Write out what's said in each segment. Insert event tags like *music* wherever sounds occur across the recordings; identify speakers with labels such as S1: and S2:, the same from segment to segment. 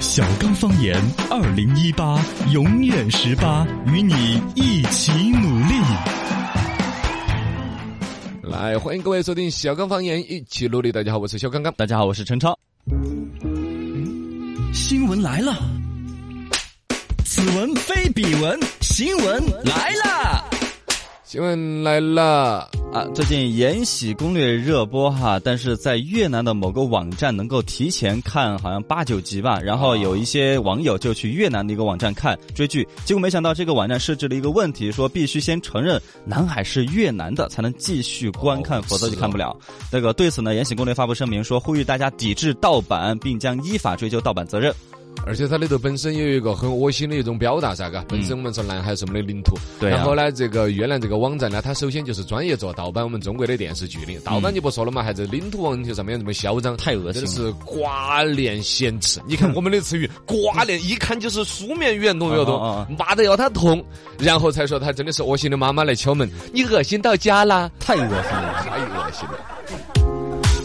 S1: 小刚方言二零一八永远十八，与你一起努力。
S2: 来，欢迎各位收听小刚方言，一起努力。大家好，我是小刚刚。
S1: 大家好，我是陈超。新闻来了，此文非彼文，新闻来了。
S2: 新闻来了，
S1: 啊，最近《延禧攻略》热播哈，但是在越南的某个网站能够提前看，好像八九集吧。然后有一些网友就去越南的一个网站看追剧，结果没想到这个网站设置了一个问题，说必须先承认南海是越南的才能继续观看，
S2: 哦
S1: 否则
S2: 是
S1: 就
S2: 哦
S1: 看不了。那个对此呢，《延禧攻略》发布声明说，呼吁大家抵制盗版，并将依法追究盗版责任。
S2: 而且它里头本身也有一个很恶心的一种表达噻，嘎。本身我们说南海是我们的领土，
S1: 嗯对啊
S2: 然后呢，这个越南这个网站呢，它首先就是专业做盗版我们中国的电视剧的，盗版就不说了嘛，还在领土问题上面这么嚣张，
S1: 嗯太恶心了
S2: 真的是瓜脸咸吃。你看我们的词语，瓜脸一看就是书面语言，懂不
S1: *laughs* 啊啊
S2: 懂？骂得要他痛，然后才说他真的是恶心的妈妈来敲门，你恶心到家啦，
S1: 太恶心了。
S2: 太恶心了。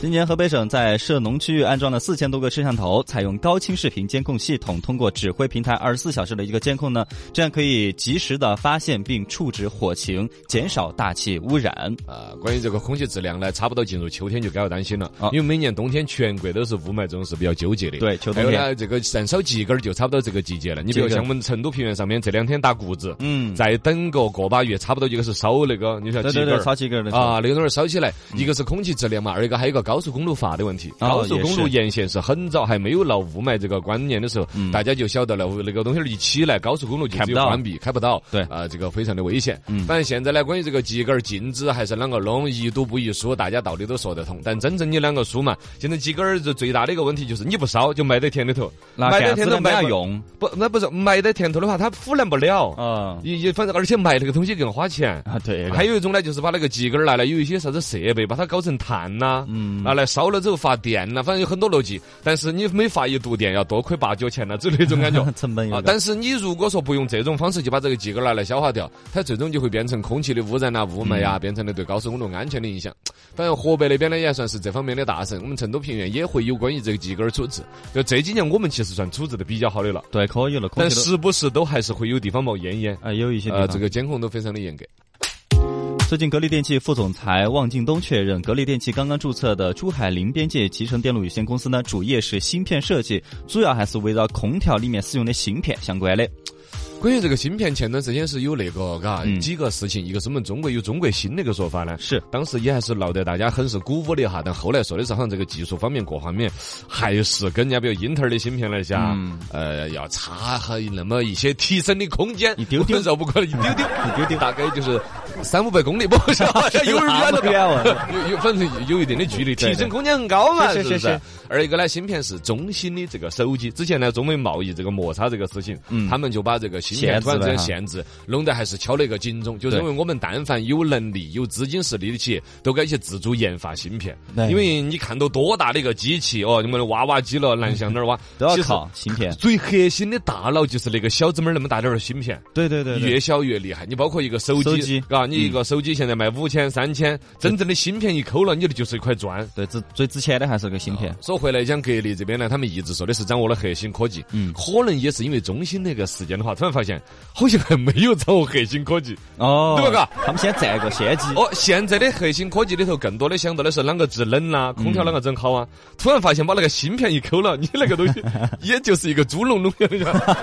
S1: 今年河北省在涉农区域安装了四千多个摄像头，采用高清视频监控系统，通过指挥平台二十四小时的一个监控呢，这样可以及时的发现并处置火情，减少大气污染。
S2: 啊，关于这个空气质量呢，差不多进入秋天就该要担心了，
S1: 啊
S2: 因为每年冬天全国都是雾霾这种是比较纠结的。
S1: 对秋
S2: 还
S1: 冬
S2: 有
S1: 天
S2: 呢，这个燃烧秸秆儿就差不多这个季节了。你比如
S1: 这个
S2: 像我们成都平原上面这两天打谷子，
S1: 嗯
S2: 再等个个把月，差不多一个是烧那个，你说
S1: 对
S2: 秸
S1: 对对，
S2: 秆
S1: 超
S2: 儿。
S1: 级个人的
S2: 啊，那个东西儿烧起来，一个是空气质量嘛，二一个还有一个高速公路法的问题。
S1: 哦
S2: 高速
S1: 也
S2: 公路
S1: 是
S2: 沿线是很早还没有闹雾霾这个观念的时候，
S1: 嗯
S2: 大家就晓得了，那个东西儿一起来，高速公路就
S1: 看
S2: 只
S1: 不
S2: 有
S1: 到
S2: 关闭，开不到。
S1: 对
S2: 啊，这个非常的危险。
S1: 嗯
S2: 反正现在呢，关于这个秸秆儿禁止还是啷个弄，一堵不一疏，大家道理都说得通。但真正你啷个疏嘛，现在秸秆儿最大的一个问题就是你不烧就埋在田里头，
S1: 那
S2: 埋在
S1: 杆子
S2: 田头
S1: 啊呢没
S2: 埋
S1: 有
S2: 不
S1: 用，
S2: 不，那不是埋在田头的话，它腐烂不了。
S1: 啊
S2: 也也反正而且卖那个东西更花钱。
S1: 啊对，
S2: 还有一种呢，就是把那个秸秆儿拿来有一些啥子设备，把它搞成炭呐、 *laughs*
S1: 嗯。
S2: 拿来烧了之后发电呐、反正有很多逻辑。但是你每发一度电要多亏八角钱呐、之类这种感觉
S1: *laughs* 成本有
S2: 啊，
S1: 点。
S2: 但是你如果说不用这种方式去把这个秸秆儿拿来消化掉，它最终就会变成空气的污染啊、雾霾啊，变成了对高速公路安全的影响。反正河北那边呢也算是这方面的大省，我们成都平原也会有关于这个秸秆儿处置。就这几年我们其实算处置的比较好的了，
S1: 对，可以了，空
S2: 但
S1: 气
S2: 时不时都还是会有地方冒烟烟。
S1: 啊有一些地
S2: 呃，
S1: 方
S2: 这个监控都非常的严格。
S1: 最近，格力电器副总裁汪敬东确认，格力电器刚刚注册的珠海林边界集成电路有限公司呢，主业是芯片设计，主要还是围绕空调里面使用的芯片相关的。
S2: 关于这个芯片，前段时间是有那个嘎、
S1: 嗯
S2: 几个事情，一个是我们中国有中国芯那个说法呢，
S1: 是
S2: 当时也还是闹得大家很是鼓舞了一下，但后来说的是好像这个技术方面各方面还是跟人家比如英特尔的芯片来讲，
S1: 嗯
S2: 呃，要差还有那么一些提升的空间，
S1: 一丢丢
S2: 我们绕不过来一丢丢，一丢丢，大概就是三五百公里，不是，有点远了吧。
S1: 了。
S2: 有有，反正有一定的距离，
S1: 对
S2: 提升空间很高嘛，
S1: 是是
S2: 不
S1: 是
S2: 是？而一个呢，芯片是中芯的这个手机，之前呢，中美贸易这个摩擦这个事情，
S1: 嗯
S2: 他们就把这个芯片
S1: 限制
S2: 突然之间
S1: 了哈
S2: 限制，弄得还是敲了一个警钟，就认为我们但凡有能力、有资金实力的企业，都该去自主研发芯片，
S1: 对
S2: 因为你看到多大的一个机器哦，你们的挖挖机了，南向哪儿挖，
S1: 嗯都要
S2: 其实
S1: 靠芯片。
S2: 最核心的大脑就是那个小子们儿那么大点儿的芯片，
S1: 对对对
S2: 越小越厉害。你包括一个手
S1: 手
S2: 机
S1: 机，嗯
S2: 嘎，你一个手机现在卖五千、三千，真正的芯片一抠了，你的就是一块砖。
S1: 对，最最值钱的还是个芯片。
S2: 说回来讲，格力这边呢，他们一直说的是掌握了核心科技，
S1: 嗯
S2: 可能也是因为中兴那个事件的话，突然发现好像还没有掌握核心科技。
S1: 哦
S2: 对吧
S1: 他们先占个先机。
S2: 哦，现在的核心科技里头，更多的想到的是啷个制冷啦，空调啷个整好啊。突然发现把那个芯片一抠了，你那个东西也就是一个猪笼笼样的。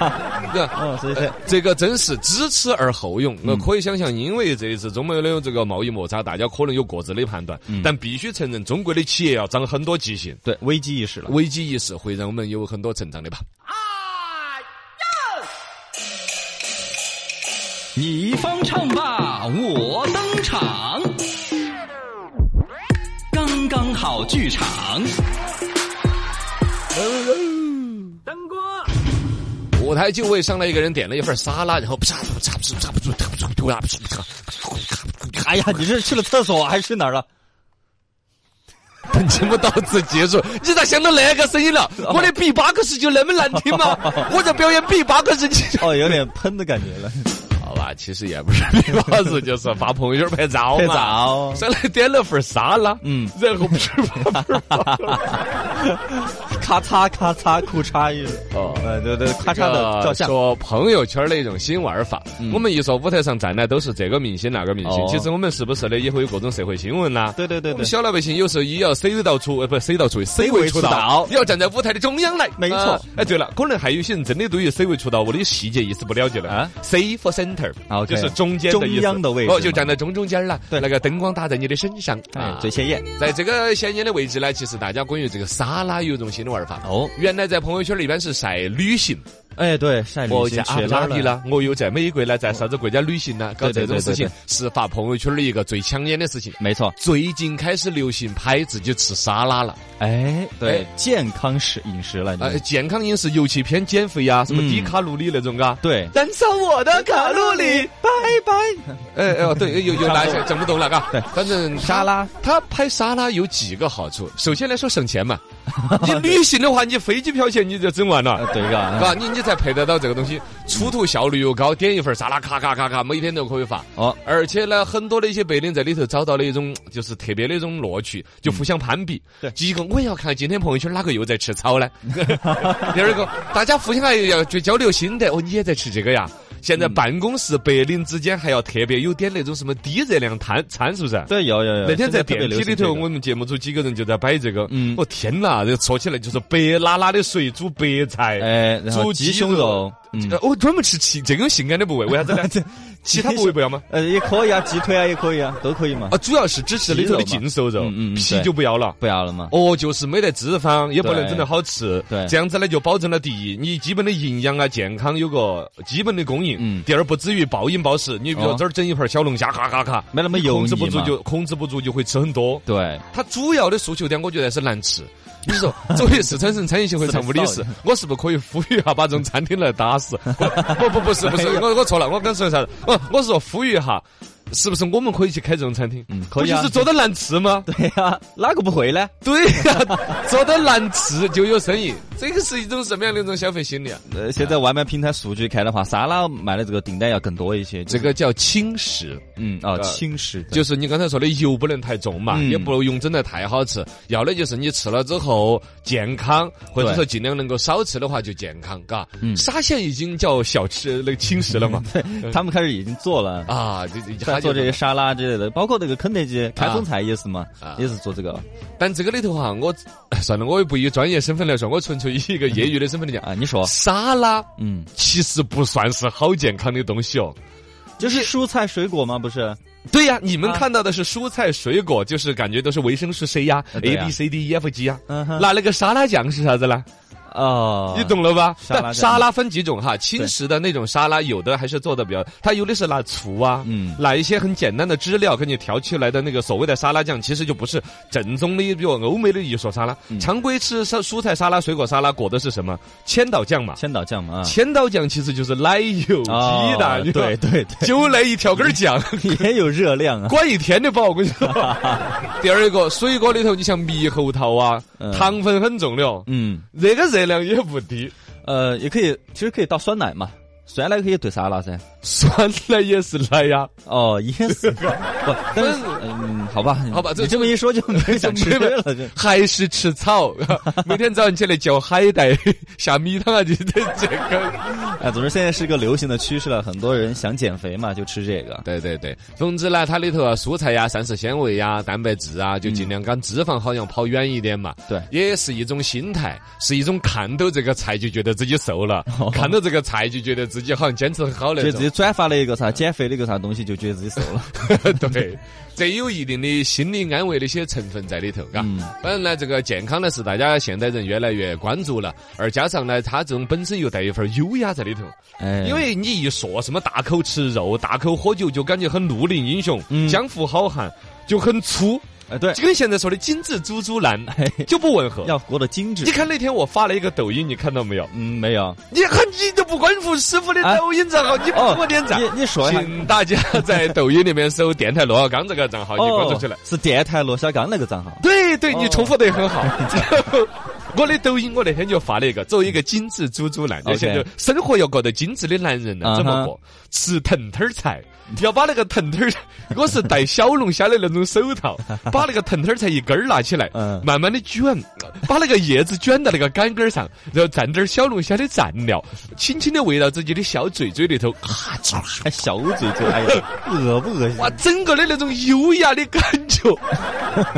S2: 对吧
S1: 哦，是
S2: 呃
S1: 是，
S2: 这个真是知耻而后勇。我可以想象，因为这一次中美的这个贸易摩擦，大家可能有各自的判断，但必须承认，中国的企业要长很多记性，
S1: 对，危机意识了。
S2: 危机意识会让我们有很多成长的吧。
S3: 啊你方唱罢我登场，刚刚好剧场。
S2: 舞台就位上来一个人点了一份沙拉，然后啪啪啪啪啪啪啪啪啪啪啪，
S1: 哎呀，你这是去了厕所还是去哪儿了？
S2: 本节目到此结束。你咋想到那个声音 *laughs* 了？我的 B 八可是就那么难听 *laughs* 吗？我在表演 B 八可是你。
S1: 哦，有点喷的感觉 *laughs* 了。
S2: 好吧，其实也不是比方说，就是发朋友圈拍照
S1: 拍
S2: 嘛。
S1: 照
S2: *laughs* 上来点了份沙拉，
S1: 嗯，
S2: 然后不是吧
S1: *laughs* 咔嚓咔嚓裤衩一，
S2: 哦
S1: 呃，对对，咔嚓的照相。
S2: 说朋友圈的一种新玩法。
S1: 嗯
S2: 我们一说舞台上站的都是这个明星那个明星
S1: 哦，
S2: 其实我们时不时的也会有各种社会新闻啦。
S1: 对对对
S2: 我们
S1: 对，
S2: 小老百姓有时候也要 C 到出，呃，不是 C 到出，C
S1: 位
S2: 位出
S1: 出道
S2: 道，要站在舞台的中央来。
S1: 没错
S2: 啊哎，对了，可能还有些人真的对于 C 位出道我的细节意思不了解了。
S1: 啊
S2: 啊，C for center，
S1: 啊，OK
S2: 就是中间的意思
S1: 中央的位置
S2: 哦，就站在中中间了。
S1: 对
S2: 那个灯光打在你的身上
S1: 哎
S2: 啊，。
S1: 最鲜艳
S2: 在这个显眼的位置呢，其实大家关于这个沙拉有一种新的玩法。
S1: 哦，
S2: 原来在朋友圈里边是晒旅行，
S1: 哎，对，晒旅
S2: 我
S1: 行
S2: 在
S1: 去哪
S2: 哪
S1: 儿
S2: 里
S1: 了？
S2: 啦？我又在美国啦，在啥子国家旅行啦？搞
S1: 对对
S2: 这种
S1: 对
S2: 事情
S1: 对
S2: 是发朋友圈的一个最抢眼的事情。
S1: 没错，
S2: 最近开始流行拍自己吃沙拉了，
S1: 哎，对
S2: 哎，
S1: 健康食饮食了，
S2: 呃，
S1: 你
S2: 健康饮食尤其偏减肥呀、什么
S1: 嗯
S2: 低卡路里那种嘎。
S1: 对，
S2: 燃烧我的卡路里，拜拜。哎哎，哦对，有有哪些整不懂了嘎？
S1: 对
S2: 反正他
S1: 沙拉，
S2: 他拍沙拉有几个好处。首先来说省
S1: *laughs*
S2: 钱嘛，你旅行的话，你飞机票钱你就整完了
S1: 呃。对个，
S2: 啊，你你才配得到这个东西，出图效率又高，点一份沙拉，咔咔咔咔，每天都可以发。
S1: 哦，
S2: 而且呢，很多的一些白领在里头找到了一种就是特别的一种乐趣，就互相攀比。
S1: 嗯对
S2: 第一个我也要看今天朋友圈哪个又在吃
S1: *laughs*
S2: 草呢？第二个，大家互相还要去交流心得，哦，你也在吃这个呀？现
S1: 嗯
S2: 在办公室白领之间还要特别有点那种什么低热量餐餐，是不是？
S1: 对，有有有。
S2: 那天在
S1: 现特别
S2: 电梯
S1: 流
S2: 里
S1: 行
S2: 头，
S1: 这个
S2: 我们节目组几个人就在摆这个，
S1: 嗯
S2: 我天哪，这说起来就是白拉拉的水煮白菜，
S1: 哎，然后
S2: 猪
S1: 鸡
S2: 鸡
S1: 胸肉
S2: 肉，
S1: 嗯
S2: 呃，我专门吃其这种性感的部位，为
S1: *laughs*
S2: 啥子呢？这其他部位不要吗？
S1: 呃，也可以啊，鸡腿啊，也可以啊，都可以嘛。
S2: 啊，主要是只吃里头的净瘦肉
S1: 嗯嗯嗯，
S2: 皮
S1: 对
S2: 就不要了。
S1: 不要了嘛。
S2: 哦，就是没得脂肪，也不能
S1: 对
S2: 整得好吃。
S1: 对
S2: 这样子呢就保证了第一，你基本的营养啊、健康有个基本的供应。
S1: 嗯
S2: 第二，不至于暴饮暴食。你比
S1: 哦
S2: 如说这儿整一盘小龙虾，咔咔咔，
S1: 没那么
S2: 你
S1: 油
S2: 控制
S1: 腻
S2: 不住
S1: 嘛
S2: 就控制不住就会吃很多。
S1: 对， *laughs*
S2: 它主要的诉求点，我觉得是难吃。你说，作为四川省餐饮协会常务理
S1: 是
S2: 事
S1: 的，
S2: 我是不是可以呼吁一下把这种餐厅来打死？不不不是不是，我我错了，我刚说啥？我我是说呼吁一下，是不是我们可以去开这种餐厅？
S1: 嗯可
S2: 不
S1: 以
S2: 就
S1: 啊
S2: 是做的难吃吗？
S1: 对呀，哪个不会呢？
S2: 对呀、做的难吃就有生意，这个是一种什么样的一种消费心理啊？
S1: 呃，现在外卖平台数据看的话，沙拉卖的这个订单要更多一些。就
S2: 这
S1: 是
S2: 个叫轻食。
S1: 嗯啊，
S2: 呃
S1: 轻食的
S2: 就是你刚才说的油不能太重嘛，
S1: 嗯
S2: 也不用整得太好吃。要的就是你吃了之后健康，或者
S1: 对
S2: 说尽量能够少吃的话就健康，嘎。
S1: 嗯
S2: 沙县已经叫小吃那个轻食了嘛，
S1: 他们开始已经做了。
S2: 啊，这这
S1: 在
S2: 他
S1: 做
S2: 就
S1: 这些沙拉之类的，包括那个肯德基开封菜也是嘛
S2: 啊，
S1: 也是做这个
S2: 但这个里头哈，我算了，我也不以专业身份来说，我纯粹以一个业余的身份来讲，
S1: 啊。你说，
S2: 沙拉
S1: 嗯，
S2: 其实不算是好健康的东西哦。
S1: 就是蔬菜水果嘛，不
S2: 啊
S1: 是？
S2: 对呀、你们
S1: 啊
S2: 看到的是蔬菜、水果，就是感觉都是维生素 C 呀、
S1: 啊对
S2: A
S1: 呀
S2: B C D E F G 呀、
S1: 嗯哼，
S2: 那那个沙拉酱是啥子呢？
S1: 哦，
S2: 你懂了吧？
S1: 沙拉
S2: 但
S1: 酱
S2: 沙拉分几种哈，轻食的那种沙拉，有的还是做的比较，它有的是拿醋啊，
S1: 嗯
S2: 拿一些很简单的汁料给你调出来的那个所谓的沙拉酱，其实就不是正宗的，比如欧美的一手沙拉。
S1: 嗯
S2: 常规吃沙蔬菜沙拉、水果沙拉裹的是什
S1: 啊
S2: 么？千岛酱嘛。
S1: 千岛酱嘛啊。
S2: 千岛酱其实就是奶油
S1: 哦
S2: 鸡蛋，你知道
S1: 对嗯对
S2: *laughs*
S1: 对，
S2: 就来一条根儿酱，
S1: 也有热量
S2: *laughs*
S1: 啊。
S2: 管一天的饱，我
S1: *laughs*
S2: 跟你说。第二一个水果里头，你像猕猴桃啊
S1: 嗯，
S2: 糖分很重的哦，
S1: 嗯，
S2: 这个热量也不低。
S1: 呃，也可以，其实可以倒酸奶嘛，酸奶可以兑沙拉噻。
S2: 酸奶也是奶呀、
S1: 哦，也
S2: *laughs*
S1: 是，不，但是嗯，好吧，
S2: 好吧这
S1: 你这么一说就没有想吃了，这
S2: *laughs* 还是吃 *laughs* 草？每天早上起来嚼海带、 *laughs* 下米汤啊，就是这个。
S1: 啊，总之现在是个流行的趋势了，很多人想减肥嘛，就吃这个。
S2: 对对对，总之呢，它里头啊，蔬菜呀、膳食纤维呀、蛋白质啊，就尽量跟脂肪好像跑远一点嘛。
S1: 对
S2: 也是一种心态，是一种看到这个菜就觉得自己瘦了，看到这个菜就觉得自己好像坚持很好
S1: 觉得
S2: 那
S1: 自
S2: 种。
S1: 己转发了一个啥减肥的一个啥东西，就觉得自己瘦
S2: *laughs*
S1: 了。
S2: 对，这有一定的心理安慰的一些成分在里头，嘎、
S1: 嗯
S2: 反正呢，这个健康呢是大家现代人越来越关注了，而加上呢，它这种本身又带一份优雅在里头。
S1: 哎，
S2: 因为你一说什么大口吃肉、大口喝酒，就感觉很绿林英雄、
S1: 嗯
S2: 江湖好汉，就很粗，
S1: 哎对，
S2: 就跟现在说的精致猪猪男就不吻合。
S1: 要活得精致
S2: 你。看那天我发了一个抖音，你看到没有？
S1: 嗯，没有。
S2: 你看 *laughs* 你都不关注师傅的
S1: 啊
S2: 抖音账号，你
S1: 哦
S2: 不给我点赞。
S1: 你你说一下。
S2: 请大家在抖音里面搜“电台罗小刚”这个
S1: 哦
S2: 账号，你关注起来。
S1: 是电台罗小刚那个账号。 *laughs*
S2: 对对，你重复的也很好。我的抖音我那天就发了一个，作为一个精致猪猪男，就
S1: OK 啊
S2: 现在生活要过得精致的男人呢，怎么过？吃藤藤儿菜，要把那个藤藤儿， *laughs* 我是戴小龙虾的那种
S1: *laughs*
S2: 手套，把那个藤藤儿菜一根儿拿起来
S1: 嗯，
S2: 慢慢的卷，把那个叶子卷到那个杆杆儿上，然后蘸点儿小龙虾的蘸料，轻轻的围绕自己的小嘴嘴里头，咔嚓
S1: 还小嘴嘴，哎呀，恶不恶心？
S2: 哇，整个的那种优雅的感
S1: *laughs*
S2: 觉，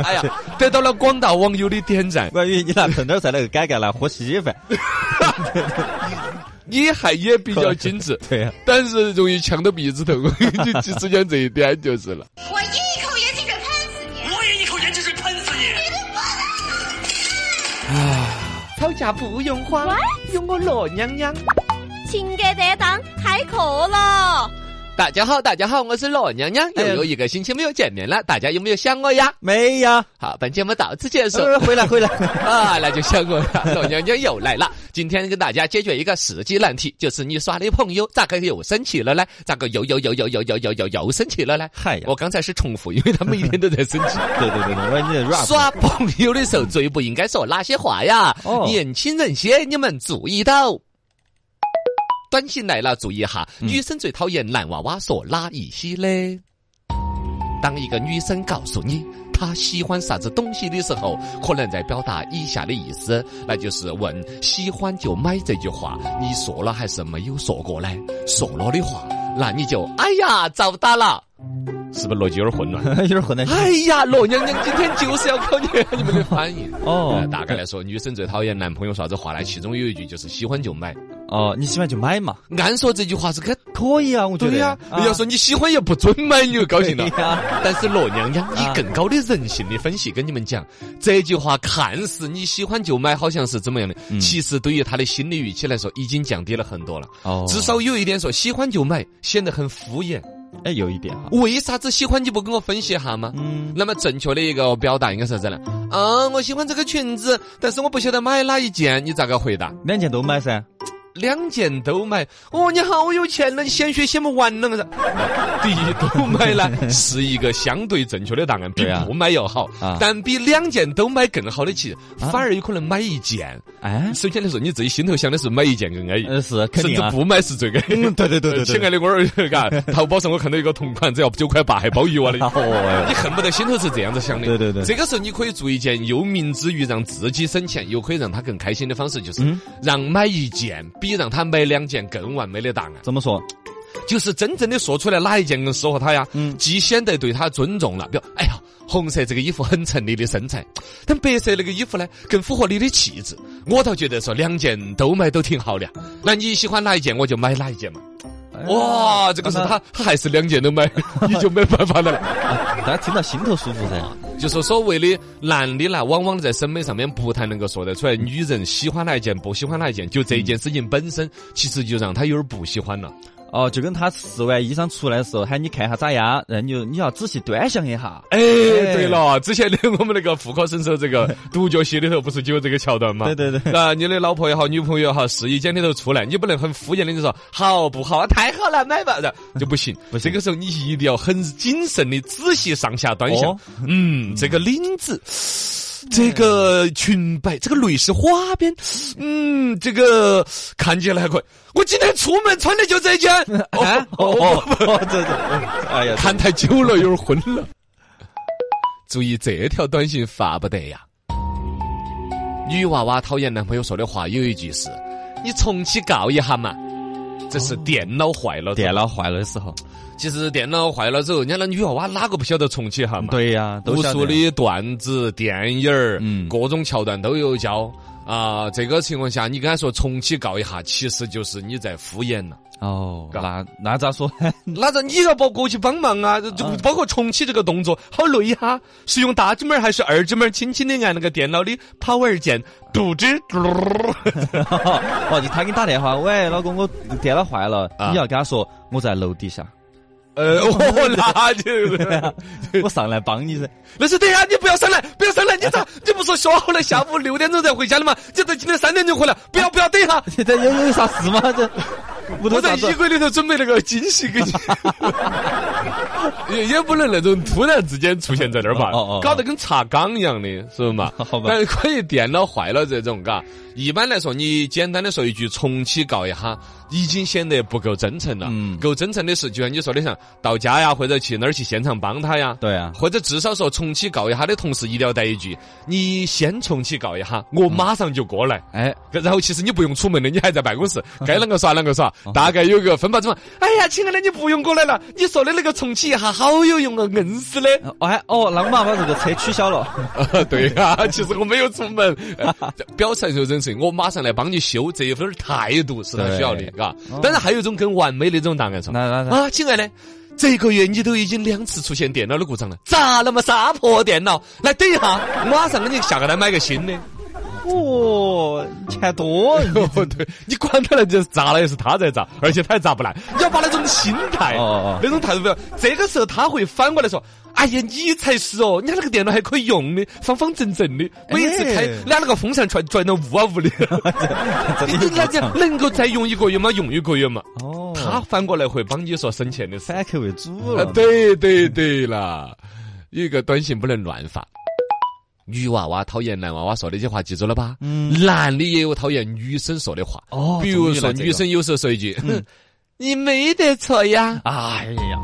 S2: 哎呀，得到了广大网友的点赞。
S1: 关于你拿盆头菜那个改改来和稀饭，，
S2: 你还也比较精致
S1: 对呀、
S2: 但是容易呛到鼻子头， *laughs* 就就只讲这一点就是了。
S4: 我一口盐汽水喷死你！
S3: 我也一口盐汽水喷死你！
S2: 吵架不用慌，用我罗娘娘。
S4: 情感担当开课了。
S2: 大家好，大家好，我是罗娘娘，又有一个星期没有见面了，大家有没有想我呀？
S1: 没呀，哎
S2: 好，本节目到此结束。
S1: 回来回
S2: *laughs*
S1: 来，
S2: 啊，那就想我了，老娘娘又来了。今天跟大家解决一个实际难题，就是你耍的朋友咋个又生气了呢？咋个又又又又又又又又又生气了呢？
S1: 嗨呀
S2: 我刚才是重复，因为他每天都在生气。
S1: 对对对对，我你的 rap
S2: 耍朋友的时候最不应该说哪些话呀？
S1: 哦
S2: *laughs* 年轻人些，你们注意到。短信来了，注意哈，女生最讨厌男娃娃说哪一些嘞？当一个女生告诉你她喜欢啥子东西的时候，可能在表达以下的意思，那就是问“喜欢就买”这句话，你说了还是没有说过呢？说了的话，那你就哎呀遭打了，是不是逻辑有点混乱？
S1: 有点 *laughs*
S2: *laughs*
S1: 混在一起
S2: 哎呀，罗娘娘今天就是要考验你们的反应。
S1: 哦
S2: 呃大概来说，女生最讨厌男朋友啥子话呢？其中有一句就是喜欢就买。
S1: 哦，你喜欢就买嘛，
S2: 按说这句话是该
S1: 可以啊，我觉得
S2: 对呀、
S1: 啊
S2: 要说你喜欢也不准买，你就高兴了。
S1: 对呀
S2: 但是罗娘娘
S1: 啊
S2: 以更高的人性的分析跟你们讲，这句话看似你喜欢就买，好像是怎么样的，
S1: 嗯
S2: 其实对于他的心理预期来说，已经降低了很多了。
S1: 哦，
S2: 至少有一点说喜欢就买，显得很敷衍。
S1: 哎有一点哈，
S2: 为啥子喜欢你不跟我分析一下吗？
S1: 嗯，
S2: 那么正确的一个表达应该是啥子呢？啊，我喜欢这个裙子，但是我不晓得买哪一件，你咋个回答？
S1: 两件都买噻，
S2: 两件都买，哦，你好有钱了，你显学显不完了。 *laughs* 第一都
S1: *laughs*
S2: 买呢，是一个相对正确的答案，比
S1: 对啊
S2: 不买要好，
S1: 啊
S2: 但比两件都买更好的，其实反而有可能买一件。
S1: 哎，
S2: 首先来说，你自己心头想的是买一件更安逸。
S1: 呃是肯
S2: 甚
S1: 定
S2: 至
S1: 啊，
S2: 不买是最安逸。
S1: 嗯对对对对对
S2: 亲爱的，我儿， *laughs* 嘎，淘宝上我看到一个同款，只要九块八，还包邮啊的。
S1: *laughs* 哦
S2: 你恨不得心头是这样子想的。
S1: 对对对
S2: 这个时候你可以做一件又明之于让自己省钱，又可以让他更开心的方式，就是、
S1: 嗯
S2: 让买一件比让他买两件更完美的答案。
S1: 怎么说？
S2: 就是真正的说出来哪一件更适合他呀？
S1: 嗯
S2: 既显得对他尊重了，比如，哎呀，红色这个衣服很衬你的身材，但白色那个衣服呢，更符合你的气质。我倒觉得说两件都买都挺好的呀，那你喜欢哪一件我就买哪一件嘛。
S1: 哎
S2: 哇，这个是他，他还是两件都 *laughs* 买，你就没办法了。
S1: 大家听到心头舒服噻，
S2: *laughs* 就是所谓的男的呢，往往在审美上面不太能够说得出来，女人喜欢哪一件，不喜欢哪一件，就这一件事情本身，其实就让他有点不喜欢了。
S1: 哦，就跟他试完衣裳出来的时候喊你看一下咋样，然后你就你要仔细端详一下，
S2: 哎，对了，之前的我们那个妇科诊所这 *laughs* 个独角戏里头不是就有这个桥段吗？
S1: 对对对
S2: *laughs* 啊、你的老婆也好，女朋友也好，试衣间里头出来，你不能很敷衍的就说好不好啊，太好了，买吧，
S1: *laughs*
S2: 然后就不行。
S1: 不行
S2: 这个时候你一定要很谨慎的仔细上下端详，
S1: 哦嗯
S2: 嗯，这个领子。这个裙摆，这个蕾丝花边，嗯，这个看起来还可以。我今天出门穿的就
S1: *laughs*
S2: 这件，哦
S1: 啊，哦 *laughs* 哦，哦这这，哎 *laughs* 呀，
S2: *laughs* 看太久了，有点昏了。注意这条短信发不得呀！女娃娃讨厌男朋友说的话有一句是：“你重启告一下嘛。”这是电脑坏了。
S1: 哦电脑坏了的时候，
S2: 其实电脑坏了之后，人家那女娃娃哪个不晓得重启一下嘛？
S1: 对呀，都
S2: 无
S1: 晓得
S2: 数的段子、电影儿，
S1: 嗯
S2: 各种桥段都有教。啊、这个情况下，你跟他说重启告一下，其实就是你在敷衍了。
S1: 哦，
S2: 嘎
S1: 那那咋说？
S2: 那着你要包过去帮忙啊，就包括重启这个动作，好累哈、是用大指拇儿还是二指拇儿轻轻的按那个电脑的 power 键，嘟吱嘟噜。
S1: *laughs* 哦，就他给你打电话，喂，老公，我电脑坏了，
S2: 啊
S1: 你要跟他说我在楼底下，
S2: 呃， *laughs* 哦，那就
S1: 我上来帮你噻。 *laughs*
S2: 那是对呀、你不要上来，不要上来，你咋你不说说好了下午六点钟才回家的嘛？你到今天三点钟回来，不要不要，等一下，
S1: 现在有有啥事吗？这屋头
S2: *laughs* 我在
S1: 啥子 *laughs*
S2: 衣？柜里头准备那个惊喜给你。也也不能那种突然之间出现在那儿吧
S1: 哦哦哦，
S2: 搞得跟查岗一样的，是不是嘛？
S1: *laughs* 好吧
S2: 但是可以电脑坏了这种，嘎。一般来说，你简单的说一句重启告一下，已经显得不够真诚了。
S1: 嗯
S2: 够真诚的是，就像你说的，像到家呀，或者去哪儿去现场帮他呀，
S1: 对啊，
S2: 或者至少说重启告一下的同时，一定要带一句：“你先重启告一下，我
S1: 嗯
S2: 马上就过来。
S1: 哎，
S2: 然后其实你不用出门的，你还在办公室，该啷个耍啷个耍，大概有个分吧。怎么？哎呀，亲爱的，你不用过来了，你说的那个重启一下好有用啊，硬死的。
S1: 哎哦，狼爸把这个车取消了，
S2: *laughs* 对啊，其实我没有出门， *laughs* 表示就真是我马上来帮你修，这一份态度是他需要的，
S1: 对
S2: 嘎。当然还有一种更完美的一种答案说，
S1: 来来来
S2: 啊，亲爱的。这个月你都已经两次出现电脑的故障了，咋那么杀破电脑？来等一下，马上给你下个单买个新的。
S1: 哦，钱多，
S2: *laughs* 哦，对你管他呢，就是砸了也是他在砸，而且他也砸不来。你要把那种心态，
S1: 哦哦哦
S2: 那种态度不要。这个时候他会反过来说：“哎呀，你才是哦，你看那个电脑还可以用的，方方正正的，每次开
S1: 哎
S2: 拿那个风扇转转到雾啊
S1: *laughs*
S2: 雾的，你你那这样能够再用一个月吗？用一个月嘛。”
S1: 哦，
S2: 他反过来会帮你说省钱的事。
S1: 反客为主
S2: 啊
S1: 了，，
S2: 对对对啦，一个短信不能乱发。女娃娃讨厌男娃娃说那些话，记住了吧？
S1: 嗯
S2: 男的也有讨厌女生说的话。
S1: 哦
S2: 比如
S1: 终于
S2: 说
S1: 了这个嗯
S2: 女生有时候说一句：“哼你没得错呀。
S1: 哎呀，”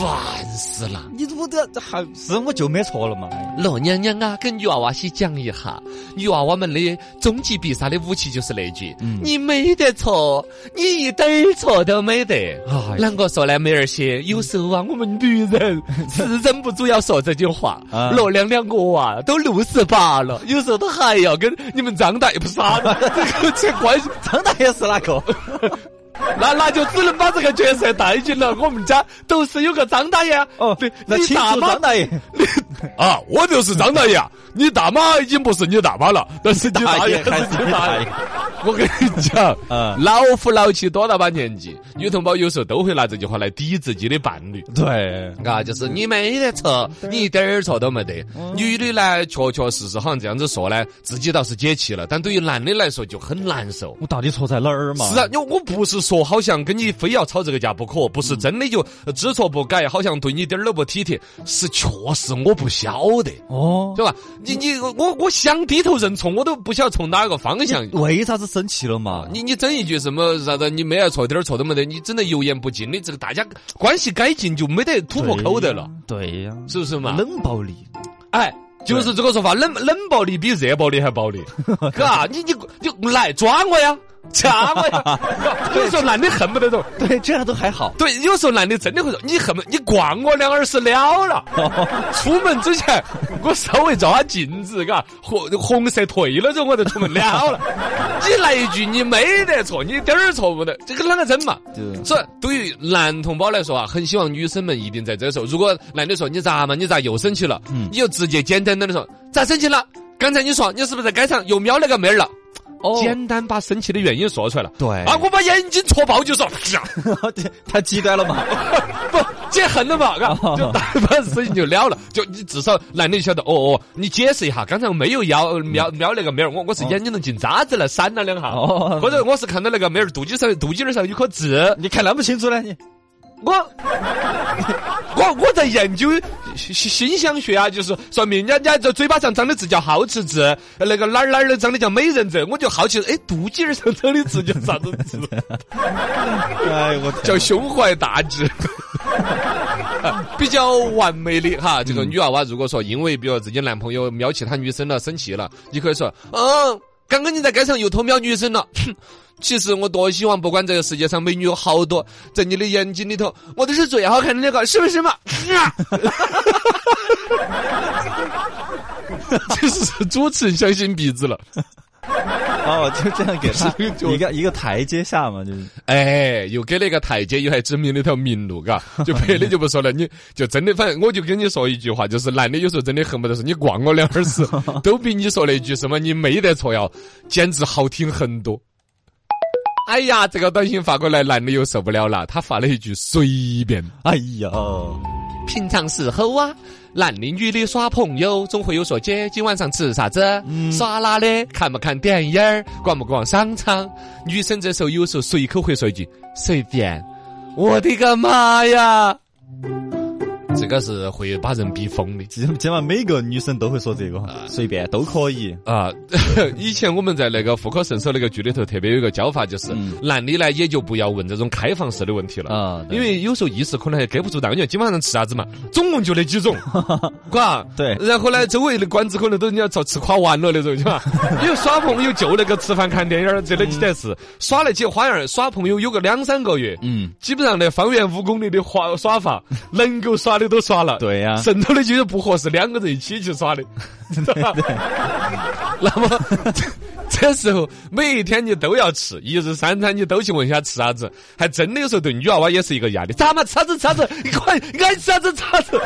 S2: 烦死了！
S1: 你我这这还是我就没错了嘛，哎
S2: 老娘娘啊，跟女娃娃些讲一下，女娃娃们的终极必杀的武器就是那句：“
S1: 嗯
S2: 你没得错，你一点儿错都没得。”
S1: 哎
S2: 啷个说呢，妹儿些？有时候啊，我们女
S1: *laughs*
S2: 人是忍不住要说这句话。
S1: 啊
S2: 老娘娘我啊，都六十八了，有时候都还要跟你们张大爷不是啥的，
S1: *laughs*
S2: 这个这关系，
S1: 张大爷是哪
S2: *laughs*
S1: 个？
S2: 那那就只能把这个角色带进了我们家，都是有个张大爷啊。
S1: 哦，
S2: 对，
S1: 那
S2: 你
S1: 请
S2: 大
S1: 出
S2: 妈
S1: 张大爷，
S2: 啊，我就是张大爷啊，你大妈已经不是你大妈了，但是你
S1: 大 *laughs*
S2: 大
S1: 爷
S2: 爷
S1: 还
S2: 还
S1: 是
S2: 是
S1: 你
S2: 你
S1: 大
S2: 大
S1: 爷
S2: 爷。 *laughs* 我跟你讲，
S1: *laughs* 嗯
S2: 老夫老妻多大把年纪，女同胞有时候都会拿这句话来抵自己的伴侣。
S1: 对，
S2: 啊，就是你没得错，
S1: 嗯
S2: 你一点儿错都没得。女的呢，确确实实好像这样子说呢，自己倒是解气了，但对于男的来说就很难受。
S1: 我到底错在哪儿嘛？
S2: 是啊，因为我不是说好像跟你非要吵这个架不可，不是真的就知错不改，好像对你一点儿都不体贴，是确实我不晓得，
S1: 哦，
S2: 对吧？你你我我想低头认错，我都不晓得从哪个
S1: *laughs*
S2: 方向。
S1: 为啥子生气了嘛？
S2: 你你整一句什么啥子？你没得错，点儿错都没得，你整得油盐不进的，这个大家关系改进就没得突破口得了，
S1: 对呀，
S2: 是不是嘛？
S1: 冷暴力，
S2: 哎，就是这个说法，冷冷暴力比热暴力还暴力，哥，你你你来抓我呀，掐我呀！ *laughs* 有时候男的恨不得说，
S1: 对，这样都还好。
S2: 对，有时候男的真的会说，你恨不得你逛我两耳屎了了，出门之前我稍微照下镜子，嘎，红红色褪了之后我就出门了了。你来一句你没得错，你一点儿错不得，这个啷个整嘛？
S1: 对
S2: 所以对于男同胞来说啊，很希望女生们一定在这时候，如果男的说你咋嘛，你咋又生气了，你就直接简单的说咋生气了？刚才你说你是不是在街上又瞄那个妹儿了？
S1: 哦
S2: 简单把生气的原因说出来了。
S1: 对
S2: 啊，我把眼睛戳爆就说，啪
S1: *laughs* 太极端了嘛？
S2: *laughs* 不解恨了嘛，嘎，就大把事情就了了。就你至少男的就晓得，哦哦，你解释一下，刚才我没有瞄瞄瞄那个妹儿，我我是眼睛能进渣子了，闪了两下，
S1: 哦
S2: 或者我是看到那个妹儿肚脐上肚脐儿上有颗痣，
S1: 你看那么清楚呢？你
S2: 我我我在研究心心象学啊，就是说明人家这嘴巴上长的痣叫好痣痣，那个哪儿哪儿的长的叫美人痣，我就好奇，哎，肚脐儿上长的痣叫啥子痣？
S1: 哎，我
S2: *laughs* 叫胸怀大志。 *laughs* 比较完美的哈，这个女娃娃如果说因为比如自己男朋友瞄其他女生了生气了，你可以说，嗯，刚刚你在街上又偷瞄女生了。 *laughs* 哼其实我多希望，不管这个世界上美女有好多，在你的眼睛里头，我都是最好看的那个，是不是嘛？ *laughs* 这是主持人相信鼻子了。
S1: 哦，就这样给他
S2: 是就
S1: 一个一个台阶下嘛，就是
S2: 哎，又给了一个台阶，又还指明了一条明路，嘎，就别的就不说了，你就真的，反正我就跟你说一句话，就是男的有时候真的恨不得是你逛我两耳屎，都比你说那句什么你没得错要，简直好听很多。哎呀，这个短信发过来，男的又受不了了，他发了一句随便。
S1: 哎呀，
S2: 平常时候啊，男的女的耍朋友，总会有说姐今晚上吃啥子，耍哪的，看不看电影儿，逛不逛商场。女生这时候有时候随口会说一句随便。我的个妈呀！这个是会把人逼疯的。
S1: 基基本上每个女生都会说这个，随便都可以。
S2: 啊， *laughs* 以前我们在那个妇科诊所那个剧里头，特别有一个教法，就是
S1: 嗯
S2: 男的呢也就不要问这种开放式的问题了
S1: 啊对
S2: *laughs* 因为有时候一时可能还跟不住当，因为基本上吃啥子嘛，总共就
S1: *laughs*
S2: 那几种，嘎，
S1: 对
S2: 然后呢，周围的馆子可能都人家遭吃垮完了那种，是吧？ *laughs* 因为耍朋友就那个吃饭看电影儿这那几件事，耍那些花样儿，耍朋友有个两三个月，
S1: 嗯，
S2: 基本上呢，方圆五公里的花耍法，能够耍的都耍 *laughs* 了，
S1: 对呀
S2: 剩头的就是不合适，两个人一起去耍的。 *laughs* 那么 *laughs* 这这时候每一天你都要吃，一日三餐你都去问一下吃啥子，还真的有时候对女娃娃也是一个压力。咋嘛吃啥子吃啥子，你快爱吃啥子吃
S1: *laughs*
S2: 啥子。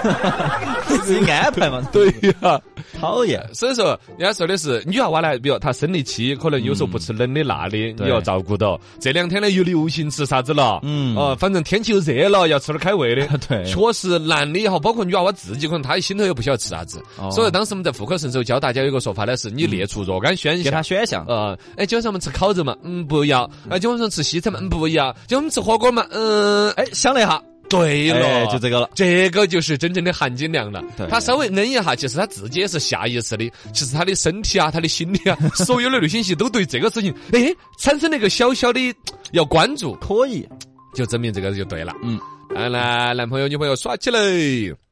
S1: 自己安排嘛。
S2: 对呀、
S1: 讨厌。
S2: 所以说人家说的是女娃娃呢，比如她生理期，可能有时候不吃冷的辣的，
S1: 嗯对
S2: 你要照顾到。这两天呢又流行吃啥子了，
S1: 嗯。
S2: 嗯，哦，反正天气又热了，要吃点开胃的
S1: *laughs* 对
S2: 确实男的也好，包括女娃娃自己，可能她心头也不晓得吃啥子
S1: 哦。
S2: 所以当时我们在妇科神手教大家有一个说法呢，是你列出若干选
S1: 嗯给他
S2: 项。
S1: 选项，
S2: 呃，哎，今晚上我们吃烤肉嘛，嗯，不要；哎，今晚上吃西餐嘛，嗯，不要；今晚我们吃火锅嘛，嗯，哎，
S1: 哎，想了一下，
S2: 对了，
S1: 哎，就这个了。
S2: 这个就是真正的含金量了
S1: 对。
S2: 他稍微摁一下，其实他自己也是下意识的，其实他的身体啊，他的心理啊， *laughs* 所有的内心戏都对这个事情，哎，产生了一个小小的要关注，
S1: 可以，
S2: 就证明这个就对了。
S1: 嗯
S2: 嗯，来，男朋友女朋友耍起来。